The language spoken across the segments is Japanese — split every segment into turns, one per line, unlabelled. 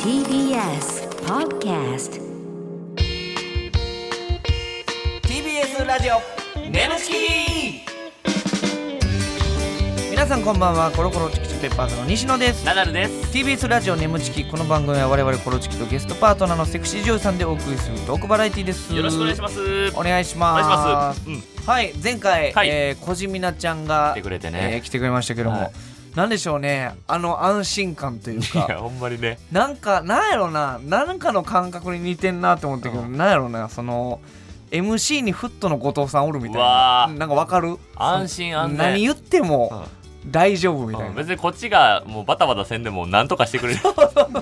TBS Podcast
TBS ラジオネムチキ皆さんこんばんはコロコロチキチキペッパーズの西野です
ナダルです。
TBS ラジオネムチキこの番組は我々コロチキとゲストパートナーのセクシー女優さんでお送りするトークバラエティです
よろしくお願いしますす。お
お願いします
願いします。うん。
はい前回、
はい
えー、小島なちゃんが
来てくれてね
えー来てくれましたけども、
はい
なんでしょうねあの安心感という
いや
か
ほんまにね。
なんかなんやろななんかの感覚に似てんなって思ったけど、なんやろなその MC にフットの後藤さんおるみたいう
わ
な
ー
なんかわかる
安心安全。
何言っても大丈夫みた
う
い
ん
な、
別にこっちがもうバタバタせんでも何とかしてくれる。そう
な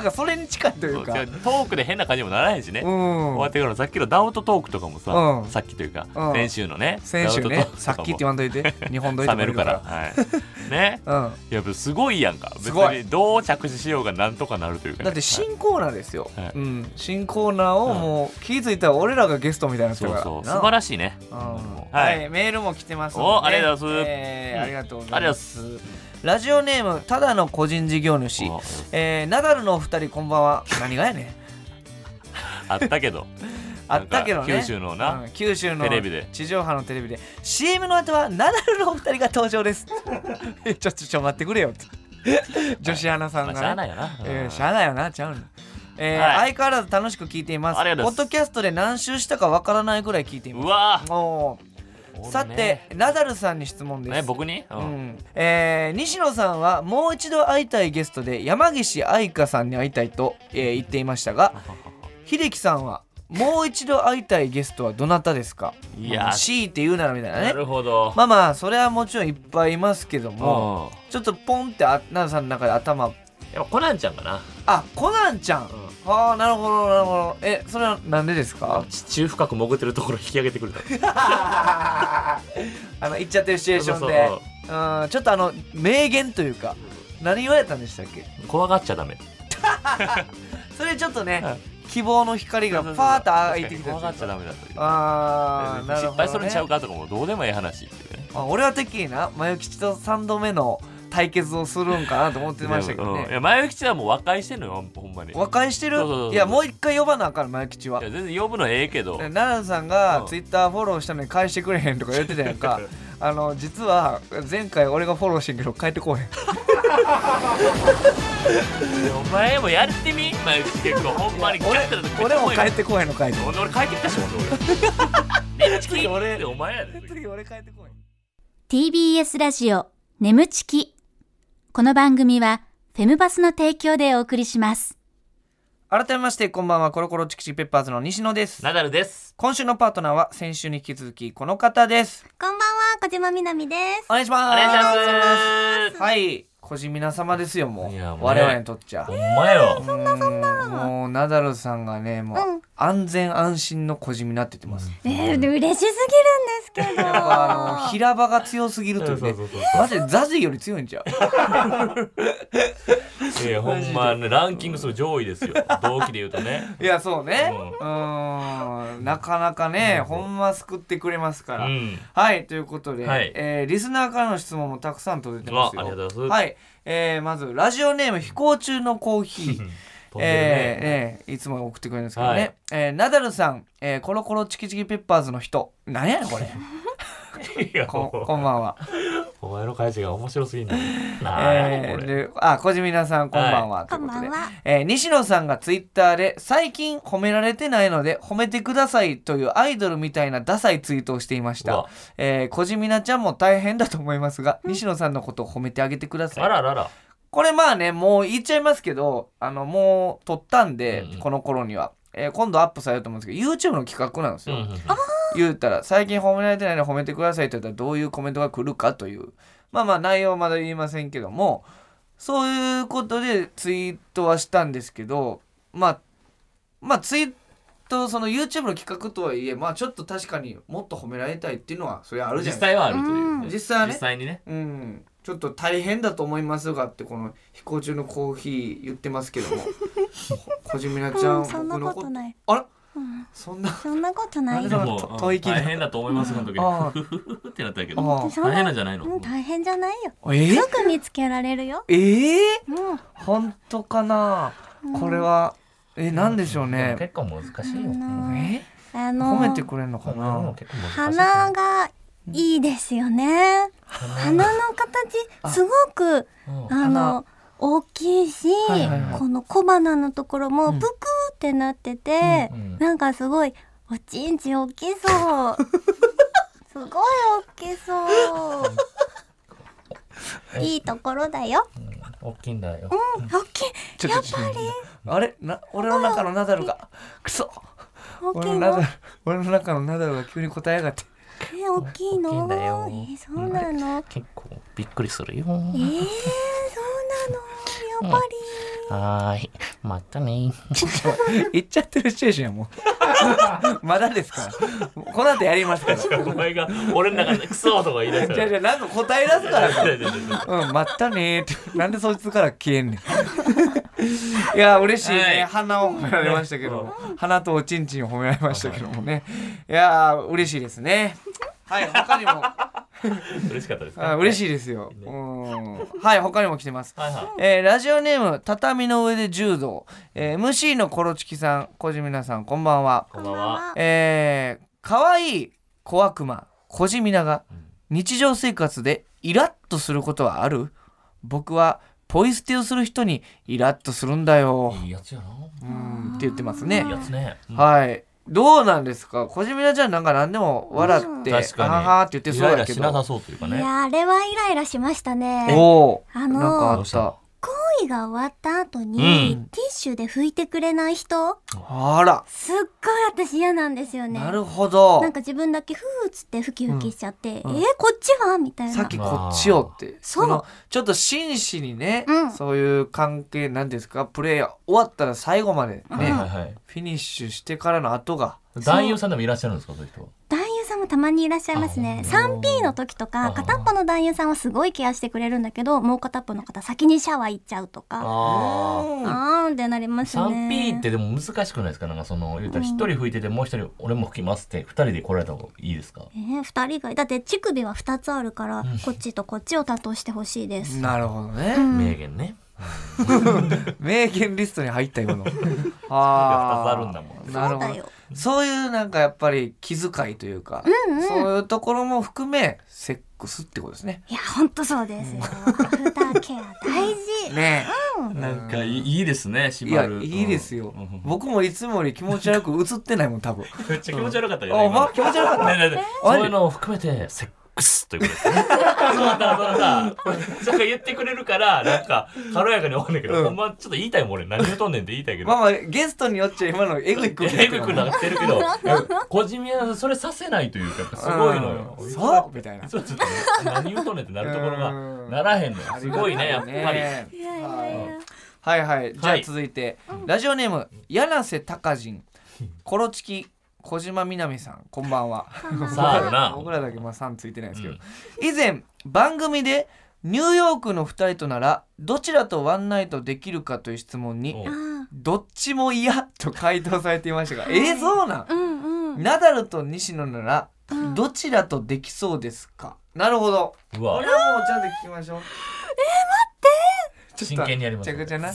んかそれに近いというか
トークで変な感じにもならへんしね。
う
終
ん
わってからさっきのダウトトークとかもさ
う、ん
さっきというか
うん
先週のね。
先週
ダウ
ね
トトークとかも
さっきって言わんとい て日本どいて
冷
くれ
める
る
か。
からら
はい。ね。
うん
いやすごいやんか。別
すごい
にどう着地しようがなんとかなるというかね。
だって
はい
新コーナーですよ、
はい
うん、新コーナーをもう気づいたら俺らがゲストみたいになって
そ
る
う
から
そう素晴らしいね。
うん
は
はいい、メールも来てます
おありがとうございます
えーありがとうご
あ
ざい
りが
ま
と
す。ラジオネームただの個人事業主
お。
えーナダルのお二人こんばんは。何がやねん。
あったけど。
あったけどね。
なんか九州のな
うん九州の
テレビで
地上波のテレビで CM の後はナダルのお二人が登場です。 えちょちょちょ待ってくれよ って。女子アナさん
ま
が、
あ
ね。
しゃあないよな。
えー、しゃあないよなちゃうの、えー
はい
相変わらず楽しく聞いています
ありがとう
ポ
ご
ッ
ざいます
ドキャストで何周したかわからないぐらい聞いていうます
わ
おー
ー
さて、ナダルさんに質問です、
ね、僕に、うん
うんえー西野さんはもう一度会いたいゲストで山岸愛香さんに会いたいと、えー言っていました が秀樹さんはもう一度会いたいゲストはどなたですか
いやー
まあ強いて言うならみたいな
な
ね
るほど、
まあまあそれはもちろんいっぱいいますけども
も
ちょっとポンってあナダルさんの中で頭
うんやっぱコナンちゃんかな、
あコナンちゃん、ああなるほどなるほどえそれはなんでです か
地中深く潜ってるところ引き上げてくれた
あの行っちゃってるシチュエーションで
そう
うんちょっとあの名言というか何言われたんでしたっけ
怖がっちゃダメ
それちょっとね、
はい
希望の光がパーッと開いてきた
怖がっちゃ
だ
ダメだという
あーなるほ
失
ど、ね、
敗するんちゃうかとかもどうでもいい話っていうね
あ俺はてっきりな眉吉と3度目の対決をするんかなと思ってましたけど
うんいや
ね
前吉はもう和解してんのよほんまに
和解してる
そうそうそうそう
いやもう一回呼ばなあかん眉吉はい
や全然呼ぶのええけど
奈々さんが
うん
ツイッターフォローしたのに返してくれへんとか言ってたやん かあの実は前回俺がフォローしてんけど返って こへん
お前もやってみ前吉結構ほんまにキャッてなって
俺も返っててこへんの返って
俺俺帰ってきたしもん 俺ねチキ俺お前やで
次俺返ってこへん
TBS ラジオ眠ちきこの番組はフェムバスの提供でお送りします
改めましてこんばんはコロコロチキチキペッパーズの西野です
ナダルです
今週のパートナーは先週に引き続きこの方です
こんばんは、小島みなみです。
お願いします
お願いします
はい小島皆様ですよもう
いやもうね
我々にとっちゃ
ほんまよ
うんもうナダルさんがねもう、
うん
安全安心の小島になってってます、
えー、嬉しすぎるんですけ ど。
やっぱあの平場が強すぎるというね
そうそうそう
マジでザジより強いんちゃう
いやほんまねランキングする上位です よ同期で言うとね
いやそうね
うん
うーんなかなかねほんま救ってくれますか
う
ら、
ん
はいということで、
はい
えーリスナーからの質問もたくさん届いてますよ
うわありがとうござ
は
います
い、えーまずラジオネーム飛行中のコーヒー
飛んでるね
えーえーいつも送ってくれるんですけどね、
はい
えーナダルさん、えーコロコロチキチキペッパーズの人なんやねん これ
いや
こ
も
こんばん は
うお前の会社が面白すぎんだよなあや
え
こ
ー、
れ
であ小島さんこんばんは、と
こ
いうんこと
ば
で
んは。
えー西野さんがツイッターで最近褒められてないので褒めてくださいというアイドルみたいなダサいツイートをしていまし
う
た
わ、
えー、小島なちゃんも大変だと思いますが西野さんのことを褒めてあげてくだ
あ
さい
らあらあら
これまあねもう言っちゃいますけどあのもう撮ったんで、
うんうん
この頃には、えー今度アップされると思うんですけど YouTube の企画なんです
うん
よ、
うんうん
言うたら最近褒められてないので褒めてくださいと言ったらどういうコメントが来るかというまあまあ内容はまだ言いませんけどもそういうことでツイートはしたんですけどまあまあツイートその YouTube の企画とはいえまあちょっと確かにもっと褒められたいっていうのはそれあるじ
実
ゃないですか
際はあるという
うん
実際はね
実際にね
うんちょっと大変だと思いますがってこの飛行中のコーヒー言ってますけ ども小島なちゃん、
うんそんな
僕の
ことない
あら
うん
そんな
そんなことない
あれ
で
だ
よ。
も
と
うん
吐息が
大変だと思いますその時
ああ
ってなったけ
あ
ど
ー
そん
大変なんじゃないの
うん大変じゃないよ。
えー
よく見つけられるよ。
えー、
もう
本当かなこれはえなんでしょうね
結構難しいよ。
あの
え
あ
褒めて
の
くれんのか
この
な
も結構難しい。
鼻がいいですよね。鼻の形すごく
うん
あ
鼻
の大きいし、
はいはいはい
この小鼻のところも
うん
ぷくーってなってて、
うんうん
なんかすごいおちんちん大きそうすごい大きそういいところだよ
大きいんだよ。
大きい
ちょっとやっぱりあれな俺の中のナダルがくそ
大き
俺
い
のナ
の
ダル俺の中のナダルが急に答えやがって
え大きい
大きいんだよ
のえそうなの
結構びっくりするよ。
えー、そうなのやっぱり
はーい。またね。
言っちゃってるシチュエーションや もうまだですからこの後やりますからじ
お前が俺の中でクソとか言い出 した
ゃあ
ら
じゃあなんか答え出すから
いやいやいやいや
うん、まったねーって。なんでそいつから消えんねん。い や、嬉しいね。
はい
鼻を褒められましたけど、鼻とおちんちんを褒められましたけどもね。いやー、嬉しいですね。はい、他にも。
嬉しかったで す
あ
か
嬉し
い
いですよ。うん。はい、他にも来てます。
はいは
えーラジオネーム、畳の上で柔道。えー MC のコロチキさん、小島さん、こんばんは。
いこんばんは
えー、かわいい小悪魔小地味なが日常生活でイラッとすることはある僕はポイ捨てをする人にイラッとするんだよ
いいやつやな。
うんって言ってますね
いいやつね。うん
はいどうなんですか小地味なちゃんなんか何でも笑って、
確か
あ
に
ははって言って
イ
そ
ラ
う
イ
だ
ラ
け
しな
ど
さそうというか
い
ね。
やあれはイライラしましたね
おお、
あ
な
のー
んかあ
どう
っ
した
た
行為が終わった後に、
うん
ティッシュで拭いてくれない人
あら、
すっごい私嫌なんですよね
なるほど
なんか自分だけふーっつってふきふきしちゃって、
うんうん
えーこっちはみたいな
さっきこっちをって
そう
のちょっと真摯にね、
うん
そういう関係なんですかプレー終わったら最後までね、
はいはいはい。
フィニッシュしてからの後が
男優さんでもいらっしゃるんですかそういう人は。
男優さんもたまにいらっしゃいますね
あ本当
3P の時と
あ
か片っぽの男優さんはすごいケアしてくれるんだけどもう片っぽの方先にシャワー行っちゃうとか
ああ。
あーんってなりますね
3P ってでも難しくないですかなんかその言うたら一人吹いててもう一人俺も吹きますって二人で来られた方がいいですか
えー、2人がだって乳首は2つあるから、こっちとこっちを担当してほしいです、
なるほど
う
ね。
ん
名言ね
名言リストに入った今 の。
が二つあるんだもん
ーな
そ
る
うだ
ほど
よ。
そういうなんかやっぱり気遣いというか、そういうところも含めセックスってことですね。
いやほんとそうですよアフターケア大事
ね
なんかいいいいですね
え。
縛
いや
る
いいですよ
うんうん。
僕もいつもより気持ち悪く映ってないもん多分。
めっちゃ気持ち悪かったけど
あ、お前
今
気持ち悪かった。
ねえねえね
そういうのを含めてセックスということですね
えそうだそうだそれが言ってくれるからなんか軽やかに思うんだけ
うん
どほんまちょっと言いたいもん俺何言うとんねんって言いたいけど
まあまあゲストによっちゃ今のエグいく
えぐくなってるけど小島はそれさせないというかやっぱすごいのよ
そうみたいな。
そうちょっとね何言うとんねんってなるところ
う
が
ん
ならへんのよすごいねやっぱり
ねえ
いやいやいや
はいはい。じゃ
は
あ
い
続いて、ラジオネーム、柳瀬隆人、コロチキ、小島みなみさん、こんばんは。
さああるな
僕らだけまあ3ついてないですけど。以前、番組で、ニューヨークの二人となら、どちらとワンナイトできるかという質問に、
あ
お
ー
どっちも嫌と回答されていましたが、ええ、そうなん
うんうん。
ナダルと西野なら、どちらとできそうですかなるほど。
う
こ
わ
れはもうちゃんと聞きましょう。え待って
真剣にやります
ちょっとめちゃくちゃな。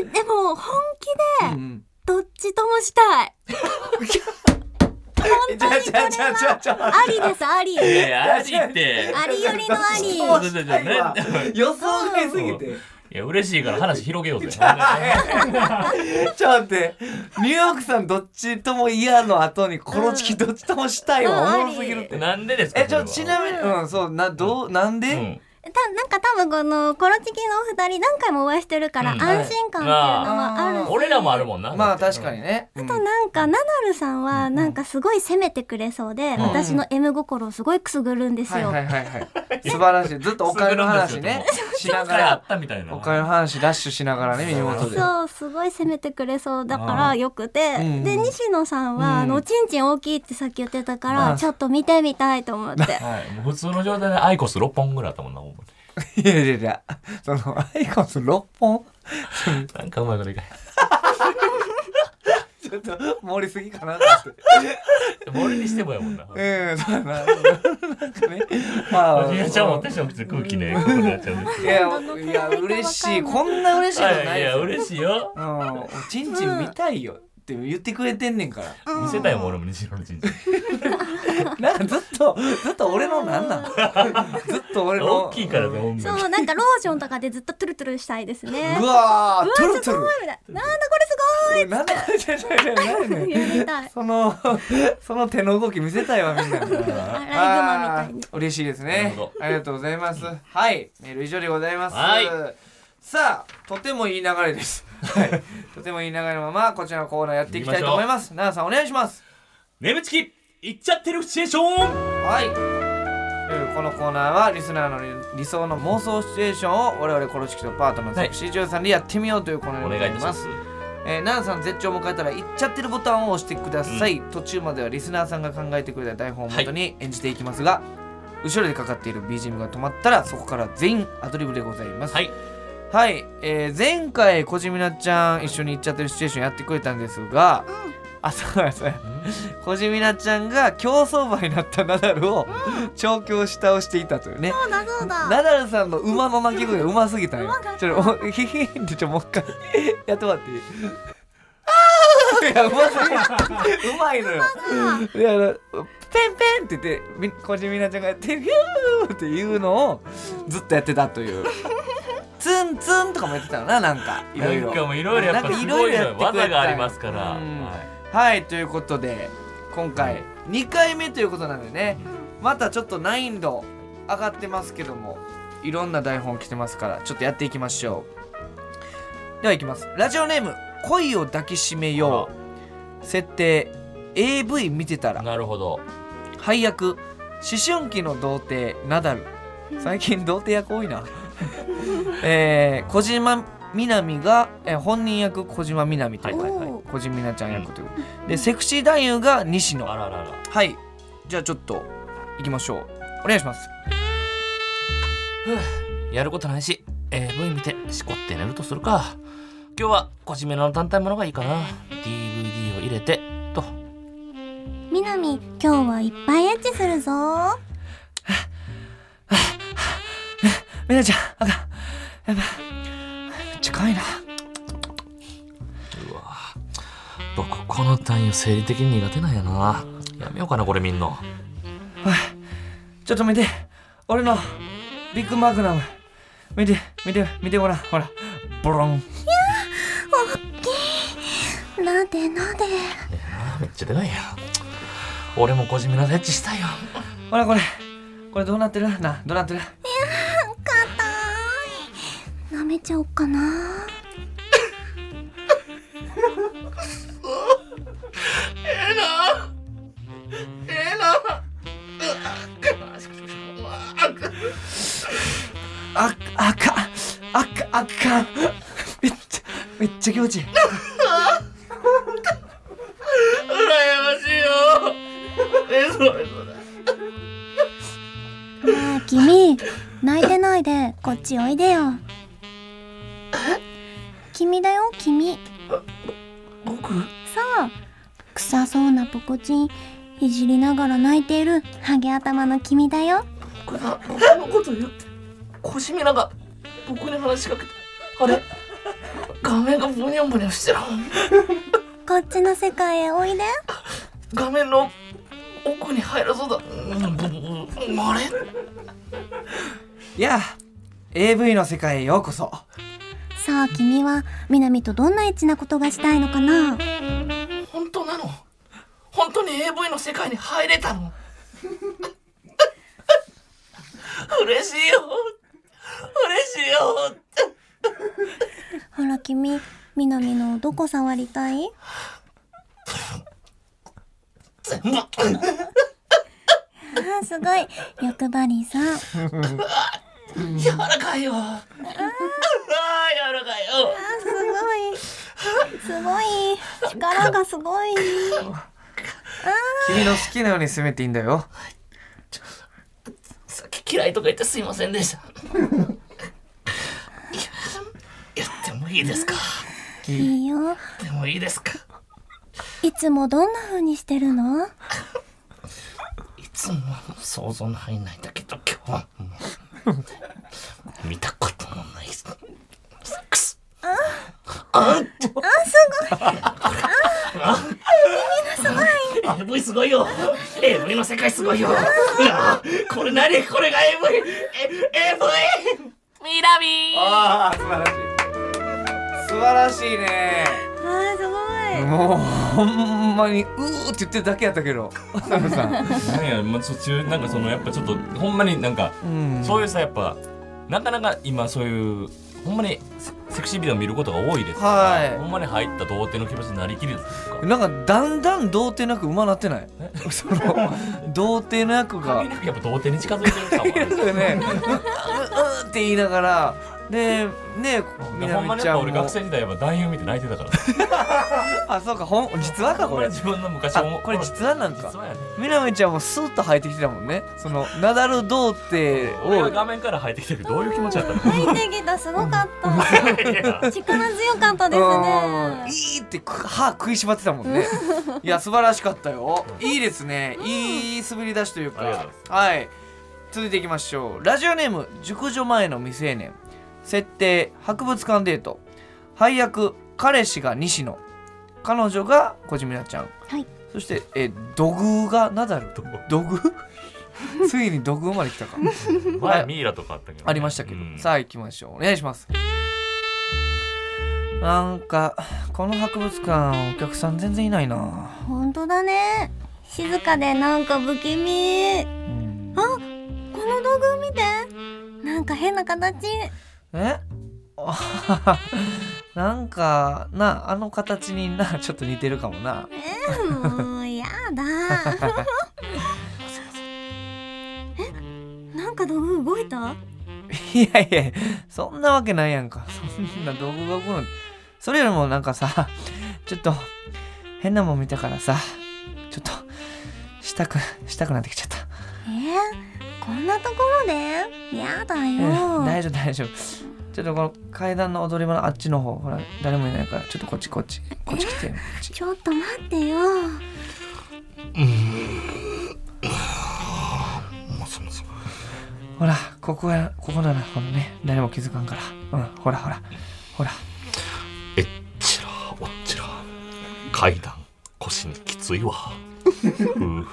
え、でも、本気で、
うんうん
どっちともしたい。
じゃあじゃあじゃあじゃあじゃあ
ありです、あり。
いやいやありって
ありよりのあり。
そうそうそうね
予想外すぎて
いや嬉しいから話広げようぜ
ちょっと待ってニューヨークさんどっちとも嫌の後にコロチキどっちともしたいわ
うん
おもろすぎるって
なんでですか
えちょ
それは
ちなみにうんそうなどうなん
う
で
ん
た、なんか多分この、コロチキのお二人何回もお会いしてるから、
うん
安心感っていうのはあるし。
俺らもあるもんな
まあ確かにねうん
あとなんか、ナダルさんは、なんかすごい責めてくれそうで、
ん
私の M 心をすごいくすぐるんです
はい
よ。
はいはいはい素晴らしいずっとお金の話 ねしな
なん
が
かあっ
ら
たみたいな
お金の話ラッシュしながらね耳元で
そう、すごい責めてくれそうだからよくて。
うん
で、西野さ
う
ん
ん
は、あの、おちんちん大きいってさっき言ってたか
うん
ら、ちょっと見てみたいと 思って。
はいもう普通の状態でアイコス6本ぐらいあったもんなほんまに
いやいやいやそのアイコンス6本
なんかうまいこといかへん
ちょっと盛りすぎかなと思って。
俺にしてもやもんな。
ええそうやな。なんかね。まあ。
ゆうちゃんも私も普通空気ね、ここになっちゃう。
いや、いや、嬉しい。こんな嬉しいのない
い
で
や、
すよ。
嬉しいよ。
うん。おちんちん見たいよって言ってくれてんねんから。
見せたいもん、俺も西野の人生。
なんかずっと、ずっと俺のなんなんずっと俺の。
大きいからね、ほんまに。
そうなんかローションとかでずっとトゥルトゥルしたいですね
うわー、トゥル
す
ト
ご
ゥ
いみたいななんだこれす
ル。なんだ、ちょちょちょなん
ごい
で
やりた い
その、その手の動き見せたいわ、 みんな。ライグマみ
マみたいに。
嬉しいです
な
ね
るほ。
ありがとうございます。はい、メール以上でございます。
はい
さあ、とてもいい流れ です。はい、とてもいい流れのまま、こちらのコーナーやっていきたいと思います。奈良さん、お願いします。
眠ちき、行っちゃってるシチュエーション
はい。えーこのコーナーはリスナーの理想の妄想シチュエーションを我々コロチキとパートナー
は
セ
い
クシー女優さんでやってみようというコーナー
お
に
願
ないり
いたし
ま
ますす。。
えー、ナナさん絶頂を迎えたら「行っちゃってる」ボタンを押してください、途中まではリスナーさんが考えてくれた台本をもとに演じていきますが、後ろでかかっている BGM が止まったらそこから全員アドリブでございます
はい、
はいえー前回こじみなちゃん一緒に行っちゃってるシチュエーションやってくれたんですが、あそうやそうやこじみなちゃんが競走馬になったナダルを調教し倒していたというね
そうだそうだ
ナダルさんの馬の鳴き声がうますぎたんよ。ちょっとおヒヒンってちょもう一回やってもらっていい。ああいやうますぎる。うまいのよ。いやあのペンペンって言ってみこじみなちゃんがやってヒューっていうのをずっとやってたという。ツンツンとかもやってたのななんかいろい
なんか
ろ。
もういろいろやっぱすごいの
なんかいろ
よ
いろやってくれた
技がありますから。
うん
はい
はいということで今回2回目ということなんでね、またちょっと難易度上がってますけどもいろんな台本来てますからちょっとやっていきましょうではいきますラジオネーム「恋を抱きしめよう」設定 AV 見てたら
なるほど。
配役思春期の童貞ナダル最近童貞役多いな えー、小島みなみが、えー本人役小島みなみという、
はいはいはい
小島みなちゃん役という、でセクシー男優が西野
あららら。
はいじゃあちょっと行きましょうお願いします
やることないし、AV 見てしこって寝るとするか。今日はこじめの単体ものがいいかな。DVD を入れてと。
みなみ今日はいっぱいエッチするぞ
みなちゃんあかんやばいめっちゃ可愛いな
僕この単位生理的に苦手なんやな。やめようかなこれみんな。
ちょっと見て俺のビッグマグナム見て見て見てごらんほらボロン
なでなで
めっちゃでかいやん。俺もこじめのエッチしたいよ。
ほらこれこれどうなってるなどうなってる
なめちゃおっかな
あ、あか、あか、あかん。めっちゃ、めっちゃ気持ちいい。
ねえ君泣いてないでこっちおいでよ君だよ君
僕
そう臭そうなポコチンいじりながら泣いているハゲ頭の君だよ
僕が僕のこと言ってこじめなんか僕に話しかけてあれ画面がブニョンブニョンしてる
こっちの世界へおいで
画面の奥に入らそうだうんぶぶあれ
いや、AV の世界へようこそ。
さあ君は南とどんなエッチなことがしたいのかな
本当なの本当に AV の世界に入れたの嬉しいよ嬉しいよ
ほら君南のどこ触りたい
全部
ああすごい欲張りさん
柔らかいよあー柔らかいよ
すごい。すごい。力がすごい。
君の好きなように進めていいんだよ。
さっき嫌いとか言ってすいませんでした言ってもいいですか
いいよ。
でもいいですか
いつもどんな風にしてるの
いつもは想像の範囲内だけど今日はもう見たことのないセックスああすごい AV すごいよ AV の世界すごいよあこれ何これが AV え AV ミラミー
ああ素晴らしい素晴らしいね
あーすごい
もうほんまにうーって言ってるだけやったけどサムさん、
何や、まあ、そ中なんかそのやっぱちょっとほんまになんか、
うん
そういうさやっぱなかなか今そういうほんまにセセクシービデオ見ることが多いですから、
はい
ほんまに入った童貞の気持ちになりきるというか
なんかだんだん童貞なく馬なってない その童貞の役が
髪の毛やっぱ童貞に近づいてるかも
ねうううって言いながらでね み
ほ
なん
ま
み
に
ち
やっ
ゃん
ぱ俺
も
学生時代やっぱ男優見て泣いてたから
あそうかほん実話かこ
ほんま
れ
に自分の昔
あ
思う
これ実話なん
実
か
はやね
みなみちゃんもスーッと入ってきてたもんねそのナダル童貞
俺は
を
画面から入ってきてるけどどういう気持ちだったの
入ってきたすごかった
い
力
や
強かったです
うん
ね
いいってく歯食いしばってたもん ねいや素晴らしかったよいいですねいい滑り出しという
ありがとう
か
ござい
はい続いていきましょうラジオネーム熟女前の未成年設定博物館デート配役彼氏が西野彼女が小島なちゃん、
はい
そしてえ土偶がナダル土偶 ついに土偶まで来たか
前ミイラとかあったけどね
ありましたけど、
うん
さあ行きましょうお願いしますなんかこの博物館お客さん全然いないな
本当だね静かでなんか不気味
うん
この道具見てなんか変な形
え あなんかなあの形になちょっと似てるかもな
えもうやだ えなんか道具動いた
いやいやそんなわけないやんかそんな道具が動くのそれよりもなんかさちょっと変なもん見たからさちょっとしたくしたくなってきちゃった
えー、こんなところでやだ
うん
よ
大丈夫大丈夫ちょっとこの階段の踊り場のあっちの方ほら誰もいないからちょっとこっちこっちこっち来てこっち
ちょっと待ってよ
ほらここはここならこのね誰も気づかんからうんほらほらほら
えっちらおっちら階段腰にきついわふう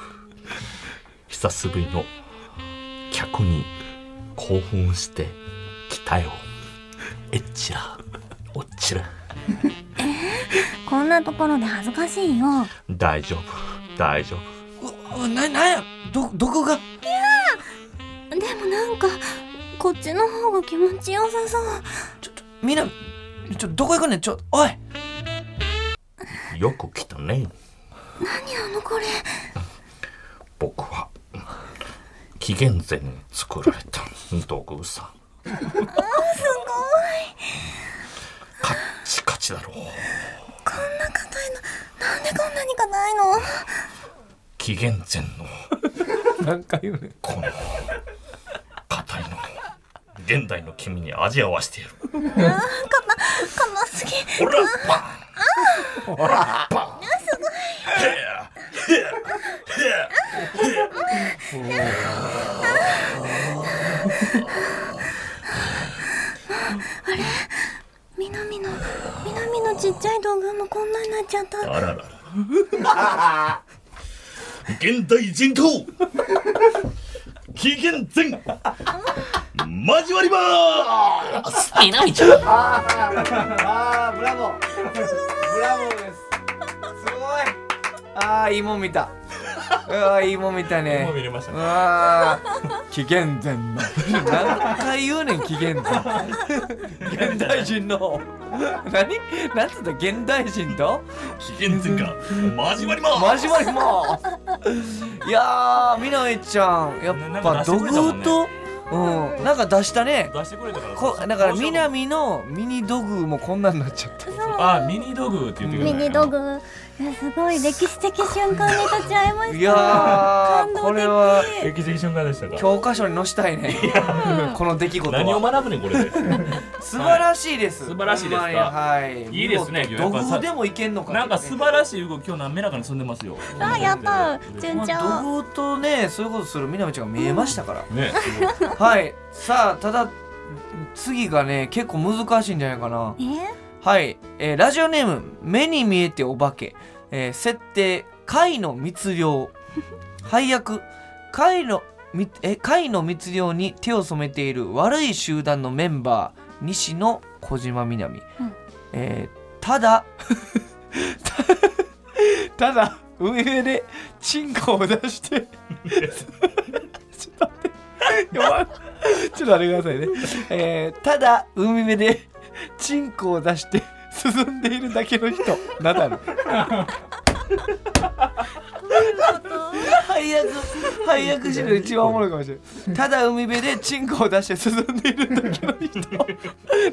久しぶりの客に興奮してきたよえっちらおっちら
こんなところで恥ずかしいよ
大丈夫大丈夫
ううななんやど毒が
でもなんかこっちの方が気持ちよさそう
ちょっとみんなちょどこ行くねんちょおい
よく来たね
あのこれ
僕は紀元前に作られた道具さんカッチカチだろう
なんでこんなに硬いの
紀元前の
何回言うねん
この硬いの現代の君に味合わせてやる
硬すぎ
オラパンオラパン
南の南のちっちゃい道具もこんなになっちゃった
あららら現代人口紀元前交わります南ちゃん
あーブラボーブラボーですすごいあーいいもん見たうわいいもん見たね
もう見れましたね
ああ、紀元前の。何回言うねん、紀元前。現代人の。何何つった現代人と
紀元前が交わります
マジマジもういやー、みなえちゃん、や
な
っ
んか
ぱ
出して
土
くれたもん
偶
ね
と、うん、なんか出したね。
出してくれたから
こだから、みなみのミニ土偶もこんなんなっちゃった。
あミニドグって言ってくれ
ミ
た
ニ道具いやすごい歴史的瞬間に立ち会いました
いや
感
ー、
動的
これは
エキゼキションがでしたか
教科書に載せたいね。この出来事
何を
は。
学ぶねんこれで
素晴らしいです。
素晴らしいですか
ほんまにはい。
いいですね
見事
やっぱ
土偶でもいけんのかってい
な
うんね。
か素晴らしい動き今日滑らかに進んでますよ
あやった
ね
順調
まあ土偶とね、そういうことするみなみちゃんが見えましたから。
すごい
はい。さあ、ただ、次がね、結構難しいんじゃないかな。
え
はい。えーラジオネーム、目に見えてお化け。えー設定、貝の密漁。配役、貝の、みえ、貝の密漁に手を染めている悪い集団のメンバー、西野小島みなみ。えーただ、 ただ、上で、チンコを出して、 ちょっと待って。やばいちょっと待ってくださいね。えーただ、海辺で、チンコを出して 進んでいるだけの人ナダル配役配役史の一番おもろいかもしれないただ海辺でチンコを出して進んでいるだけの人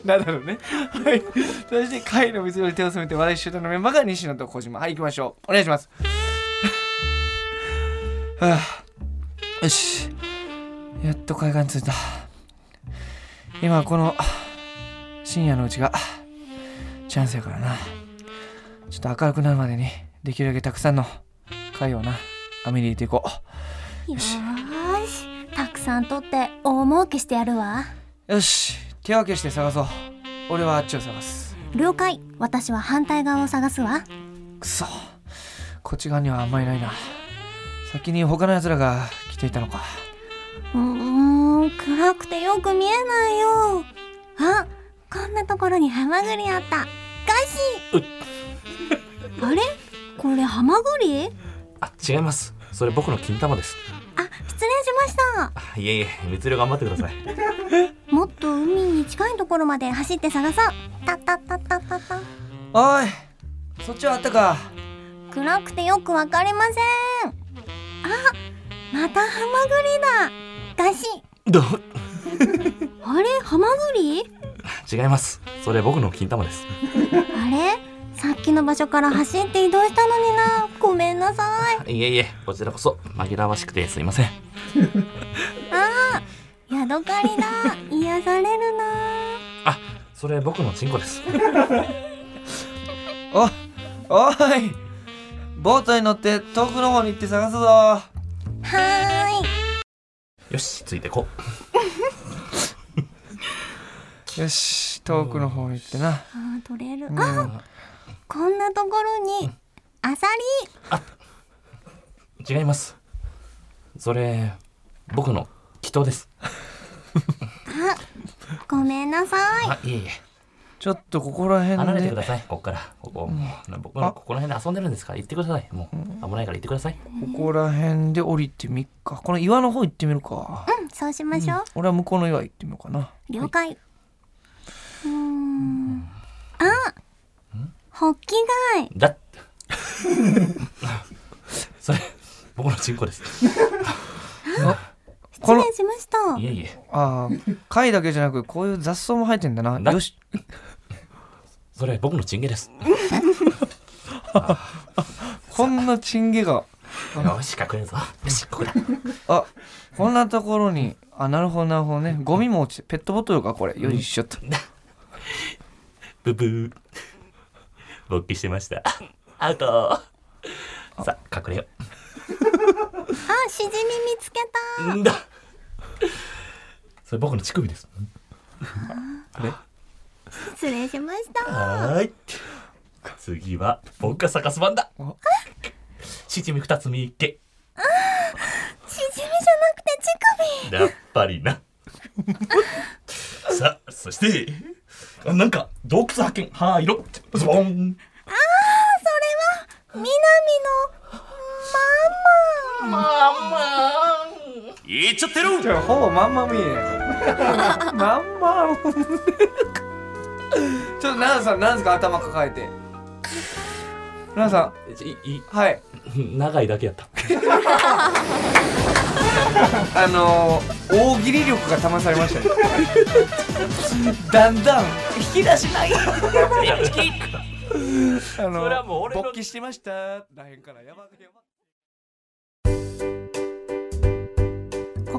ナダルねはいそして貝の水より手を染めて笑い集団のメンバーが西野と小島はい行きましょうお願いしますはあよしやっと海岸着いた今この深夜のうちがチャンスやからなちょっと明るくなるまでにできるだけたくさんの貝をな網に入れていこ
よーしたくさん取って大儲けしてやるわ
うよし手分けして探そう俺はあっちを探す
了解私は反対側を探すわ
くそこっち側にはあんまりないな先に他の奴らが来ていたのか
うーん暗くてよく見えないよあこんなところにハマグリあった返しあれこれハマグリあ
あ違いますそれ僕の金玉です
失礼しました
あいえいえ密漁頑張ってください
もっと海に近いところまで走って探そうたたたたたた
おいそっちはあったか
暗くてよくわかりませんあまたハマグリだガシ
どう
あれハマグリ
違いますそれ僕の金玉です
あれさっきの場所から走って移動したのになごめんなさい
いえいえこちらこそ紛らわしくてすいません
ヤドカリ だ癒されるな
あそれ僕のチンコです
おおいボートに乗って遠くの方に行って探すぞ
はーい
よしついてこ
よし遠くの方に行ってな、
あー取れる
うん
あこんなところにアサリ
違いますそれ僕の祈祷です
ごめんなさい
あいえいえ
ちょっとここら
離
辺
れて
で
くださいここからここもう僕の
あ
ここら辺で遊んでるんですから行ってくださいもう危ないから行ってください
ここら辺で降りてみっかこの岩の方行ってみるか、
うんそうしましょう
俺は向こうの岩行ってみようかな
了解うーんあホッキ貝
だっ それ僕のチンコです
こ
失
の
礼しました
いえいえ
ああ貝だけじゃなくこういう雑草も生えてんだな
な
よし
それ僕のチンゲです
こんなチンゲが
よし隠れるぞよしここだ
あこんなところにあなるほどなるほどねゴミも落ちてペットボトルかこれよいしょっと
ブブー勃起してましたアウトさあ隠れよ
あシジミ見つけた
うんだそれ僕の乳首です
失礼しました
はーい次は僕が探す番だ
お
シジミ二つ見っけ
シジミじゃなくて乳首
やっぱりなさあそしてあなんか洞窟発見灰色ズボン
南
まあまあ言っちゃってる
じゃあほぼまんま見えないまんまもんちょっと奈々さんなんですか頭抱えて奈々さ
いい
んはい
長いだけやった
あのー、大喜利力が試されましたね だんだん引き出しないあの
それはもう俺の
勃起してましたらへんからやばいやばい
のこ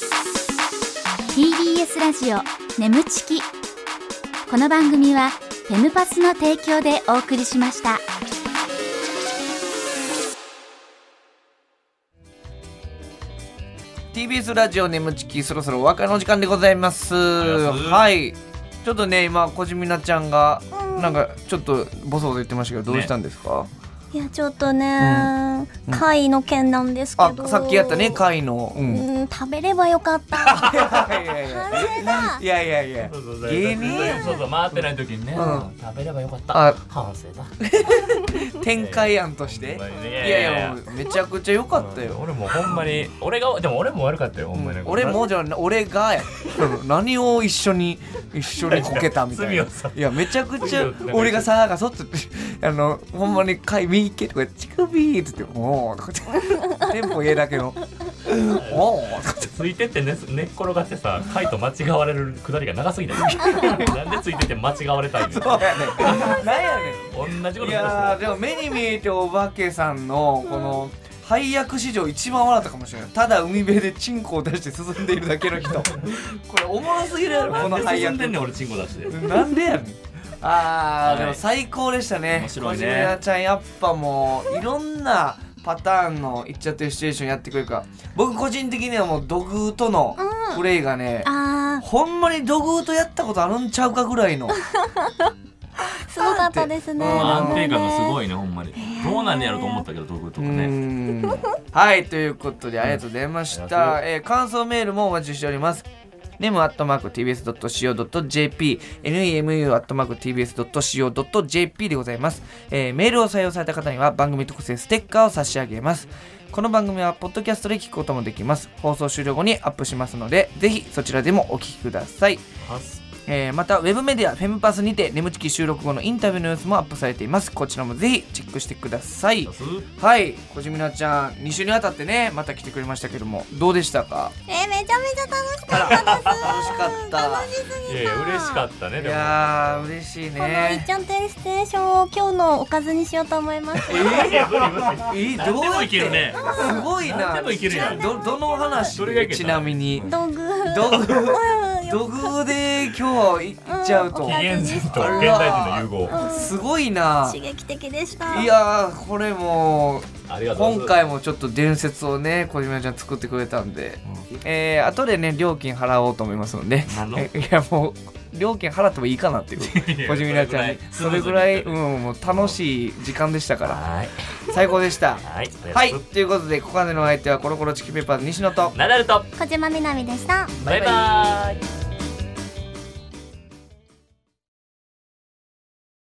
ー TBS ラジオ眠ちきこの番組はフェムパスの提供でお送りしました。
TBS ラジオ眠ちきそろそろお別れの時間でございます
りがとうございます
はいちょっとね今小島なちゃんがなんかちょっとボソボソ言ってましたけどどうしたんですか、
いやちょっとね、貝の件なんですけ
あ
ど
さっきやったね貝のうんい
うん食べればよかった 反
やいやいや
省だ
いやいやいや
そうそうそう
芸人
そうそう回ってない時にね、
う
食べればよかった
あ
反省だ
展開案として
ほんまにね
いやいやもうめちゃくちゃ良かったよ、
俺もほんまに俺がでも俺も悪かったよほんまに、
俺もじゃな俺が やうん何を一緒に一緒にこけたみたい
罪
な
をさ
いやめちゃくち
罪
ゃ
をさ
俺がさがそっとあのほんまに「かい右行け」とか「乳首」っつって「おお」とか言 ってテンポ家だけの「おお」とか言って
ついてって寝す寝っ転がってさカイと間違われるくだりが長すぎたよ なんでついてて間違われたいの
そうやねん なんやねん
同じこと
い
し
や
た
ーでも目に見えてお化けさんのこの配役史上一番笑ったかもしれないただ海辺でチンコを出して進んでいるだけの 人これおもろすぎるやろこの配
進ん
役
でんねん俺チンコ出して
なんでやねんあー、
はい
でも最高でしたね
面白いね
小島ちゃんやっぱもういろんなパターンのいっちゃってるシチュエーションやってくれるから僕個人的にはもう土偶とのプレイがね、
あ
ほんまに土偶とやったことあるんちゃうかぐらいの
ーすごかったですね
うん安
でもね
いねほんまにどうなんねやろと思ったけど道具と
うーん はいということでありがとうございまし
ありが
た、えー感想メールもお待ちしておりますネムアットマーク TBS.CO.JP NEMU アットマーク TBS.CO.JP でございます、えーメールを採用された方には番組特製ステッカーを差し上げますこの番組はポッドキャストで聞くこともできます放送終了後にアップしますのでぜひそちらでもお聞きくださいえーまたウェブメディアフェムパスにて眠ちき収録後のインタビューの様子もアップされていますこちらもぜひチェックしてくださいはい、小島なちゃん、2週にわたってね、また来てくれましたけども、どうでしたか
えーめちゃめちゃ楽し
あ、
からった
楽しかった。
いやいや嬉しかったね
い
でも
やー、嬉しい
このいっ
ね
ち。ゃんテレステーションを今日のおかずにしようと思います。
いや無理無理
えー、
何
どう
で
や
も
っ
いけるね
てすごいな。
何でもいけるやん
ど、どの話
それがいけた
ちなみに。
道具。
土偶、
うんよ
土偶で今日い行っちゃう
う
と
ん
紀。元前と現代人の融合
すごいな
刺。激的でした。
いやー、これも
ありがとう
今回もちょっと伝説をね小島ちゃん作ってくれたんで、
う
えー後でね料金払おうと思いますので
何の
え いやもう料金払ってもいいかなっていう
いや
小島ちゃんにそ
そ
れ
れ
ぐ
ぐ
ら
ら
い、
い
うん、もう楽しい時間でしたから
はい
最高でした
はいありがとうござ
はいい
ます
ということでここまでのお相手はコロコロチキペーパーズ西野と
ナダルと
小島みなみでした。
バイバイ